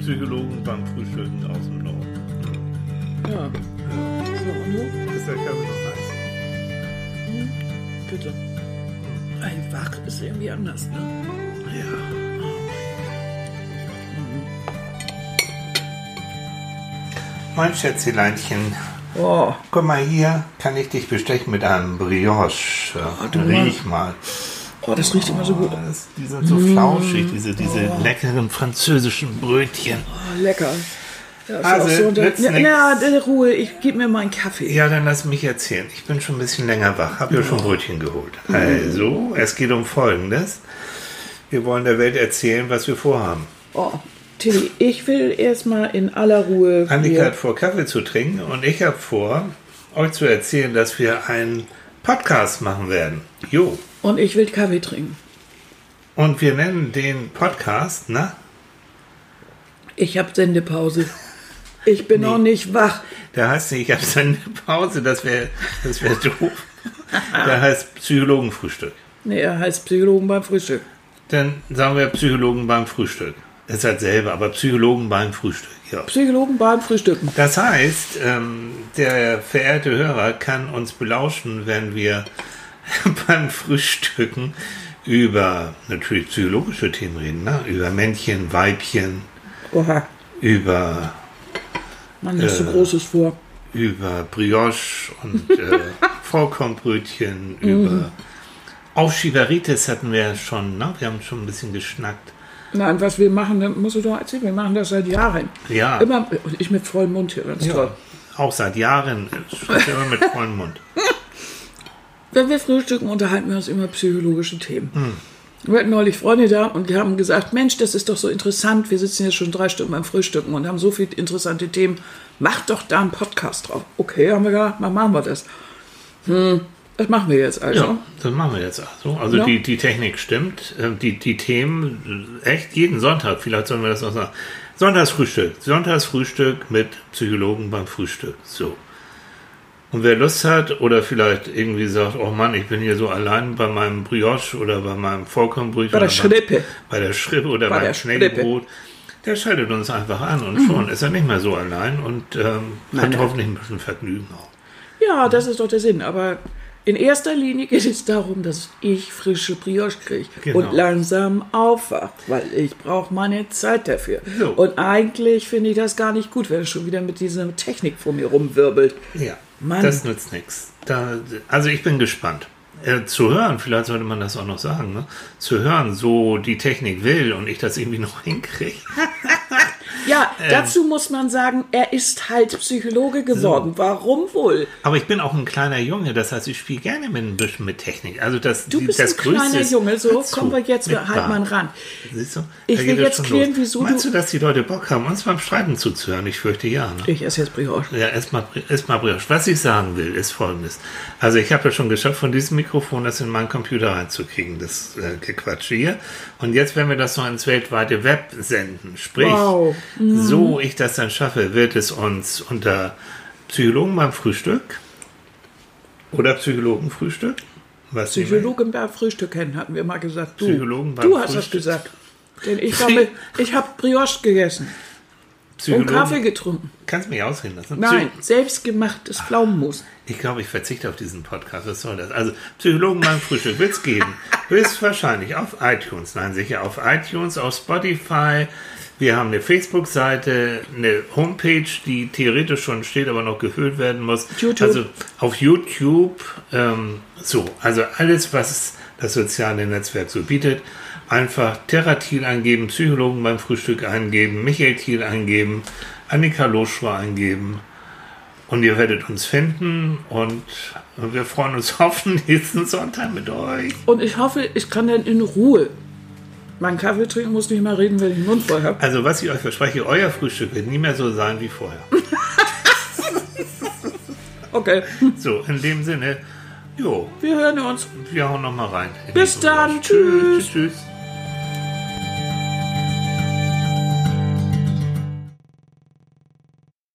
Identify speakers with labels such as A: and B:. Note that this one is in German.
A: Psychologen beim Frühstücken aus dem Norden.
B: Ja. So, und du?
A: Ist der Körper noch heiß?
B: Hm, Bitte. Ey, wach ist irgendwie anders, ne?
A: Ja.
C: Mein Schätzeleinchen,
B: Oh,
C: guck mal hier, kann ich dich bestechen mit einem Brioche.
B: du
C: Riech mal.
B: oh das riecht immer so gut.
C: Oh, Ah, das- Die sind so flauschig, diese, diese leckeren französischen Brötchen.
B: Oh, lecker. Ja, ist
C: Also, nützt
B: na,
C: nix.
B: na, der Ruhe, ich gebe mir mal einen Kaffee.
C: Ja, dann lass mich erzählen. Ich bin schon ein bisschen länger wach, habe ja schon Brötchen geholt. Also, es geht um Folgendes. Wir wollen der Welt erzählen, was wir vorhaben.
B: Oh, Tilly, ich will erstmal in aller Ruhe.
C: Annika
B: mir-
C: hat vor, Kaffee zu trinken und ich habe vor, euch zu erzählen, dass wir einen Podcast machen werden. Jo.
B: Und ich will Kaffee trinken.
C: Und wir nennen den Podcast, na?
B: Ich habe Sendepause. Ich bin noch nicht wach.
C: Der heißt nicht, ich habe so eine Pause, das wäre das wär doof. Der heißt Psychologenfrühstück.
B: Nee, er heißt Psychologen beim Frühstück.
C: Dann sagen wir Psychologen beim Frühstück. Das ist dasselbe, aber Psychologen beim Frühstück, ja.
B: Psychologen beim Frühstücken.
C: Das heißt, ähm, der verehrte Hörer kann uns belauschen, wenn wir beim Frühstücken über natürlich psychologische Themen reden, ne? über Männchen, Weibchen,
B: Oha,
C: über,
B: Mann, hast
C: Äh.
B: du Großes vor.
C: über Brioche und äh, Vollkornbrötchen, über auch Schiveritis hatten wir schon, ne? wir haben schon ein bisschen geschnackt.
B: Nein, was wir machen, das musst du doch erzählen. Wir machen das seit Jahren.
C: Ja.
B: Immer, und ich mit vollem Mund hier, ganz toll.
C: Auch seit Jahren, schon immer mit vollem Mund.
B: Wenn wir frühstücken, unterhalten wir uns immer psychologische Themen.
C: Hm.
B: Wir hatten neulich Freunde da und die haben gesagt, Mensch, das ist doch so interessant. Wir sitzen jetzt schon drei Stunden beim Frühstücken und haben so viele interessante Themen. Macht doch da einen Podcast drauf. Okay, haben wir gedacht, mal machen wir das. Hm, das machen wir jetzt also.
C: Ja, das machen wir jetzt also. Also
B: Ja.
C: die, die Technik stimmt, äh, die, die Themen, äh, echt jeden Sonntag, vielleicht sollen wir das noch sagen. Sonntagsfrühstück, Sonntagsfrühstück mit Psychologen beim Frühstück, so. Und wer Lust hat oder vielleicht irgendwie sagt, oh Mann, ich bin hier so allein bei meinem Brioche oder bei meinem Vollkornbrötchen.
B: Bei der
C: oder beim-
B: Schrippe.
C: Bei der Schrippe oder
B: Bei
C: beim
B: der Mhm.
C: Schneckenbrot. Der schaltet uns einfach an und schon ist er nicht mehr so allein und ähm, hat hoffentlich ein bisschen Vergnügen auch.
B: Ja, das ist doch der Sinn. Aber in erster Linie geht es darum, dass ich frische Brioche kriege
C: Genau.
B: und langsam aufwacht, weil ich brauche meine Zeit dafür.
C: So.
B: Und eigentlich finde ich das gar nicht gut, wenn es schon wieder mit dieser Technik vor mir rumwirbelt.
C: Ja,
B: Mann.
C: das nützt nichts. Da, also ich bin gespannt. Äh, zu hören, vielleicht sollte man das auch noch sagen, ne? zu hören, so die Technik will und ich das irgendwie noch hinkriege.
B: Ja,
C: Ähm.
B: dazu muss man sagen, er ist halt Psychologe geworden. Warum wohl?
C: Aber ich bin auch ein kleiner Junge, das heißt, ich spiele gerne mit ein bisschen mit Technik. Also das,
B: Du bist
C: das
B: ein kleiner
C: Größte
B: Junge, so
C: dazu.
B: kommen wir jetzt
C: Mit
B: halt mal
C: Bar.
B: ran.
C: Siehst du?
B: Ich
C: Da
B: will
C: geht es
B: jetzt
C: schon
B: klären,
C: los.
B: wieso
C: Meinst
B: du-
C: du, dass die Leute Bock haben, uns beim Schreiben zuzuhören? Ich fürchte ja. Ne?
B: Ich esse jetzt Brioche.
C: Ja, erstmal erstmal Brioche. Was ich sagen will, ist folgendes. Also ich habe ja schon geschafft, von diesem Mikrofon das in meinen Computer reinzukriegen, das äh, Gequatsche hier. Und jetzt werden wir das noch ins weltweite Web senden. Sprich,
B: Wow. Mhm.
C: so ich das dann schaffe, wird es uns unter Psychologen beim Frühstück oder Psychologenfrühstück. Was nehmen wir?
B: Psychologen beim Frühstück kennen, hatten wir mal gesagt. Du,
C: Psychologen beim
B: du hast das
C: Frühstück.
B: gesagt. Denn ich habe ich hab Brioche gegessen und Kaffee getrunken.
C: Kannst mich ausreden lassen.
B: Nein,
C: Psy-
B: selbstgemachtes Pflaumenmus.
C: Ich glaube, ich verzichte auf diesen Podcast. Was soll das? Also, Psychologen beim Frühstück wird's geben. Höchstwahrscheinlich auf iTunes. Nein, sicher auf iTunes, auf Spotify. Wir haben eine Facebook-Seite, eine Homepage, die theoretisch schon steht, aber noch gefüllt werden muss.
B: YouTube.
C: Also auf YouTube. Ähm, so, also alles, was das soziale Netzwerk so bietet. Einfach Terratil eingeben, Psychologen beim Frühstück eingeben, Michael Thiel eingeben, Annika Loschwa eingeben. Und ihr werdet uns
B: Hm.
C: finden und wir freuen uns auf den nächsten Sonntag mit euch.
B: Und ich hoffe, ich kann dann in Ruhe meinen Kaffee trinken, muss nicht mal reden, wenn ich den Mund voll habe.
C: Also was ich euch verspreche, euer Frühstück wird nie mehr so sein wie vorher.
B: Okay,
C: So, in dem Sinne, jo,
B: wir hören uns.
C: wir hauen nochmal rein. in
B: Bis
C: die Brioche.
B: dann,
C: tschüss. tschüss.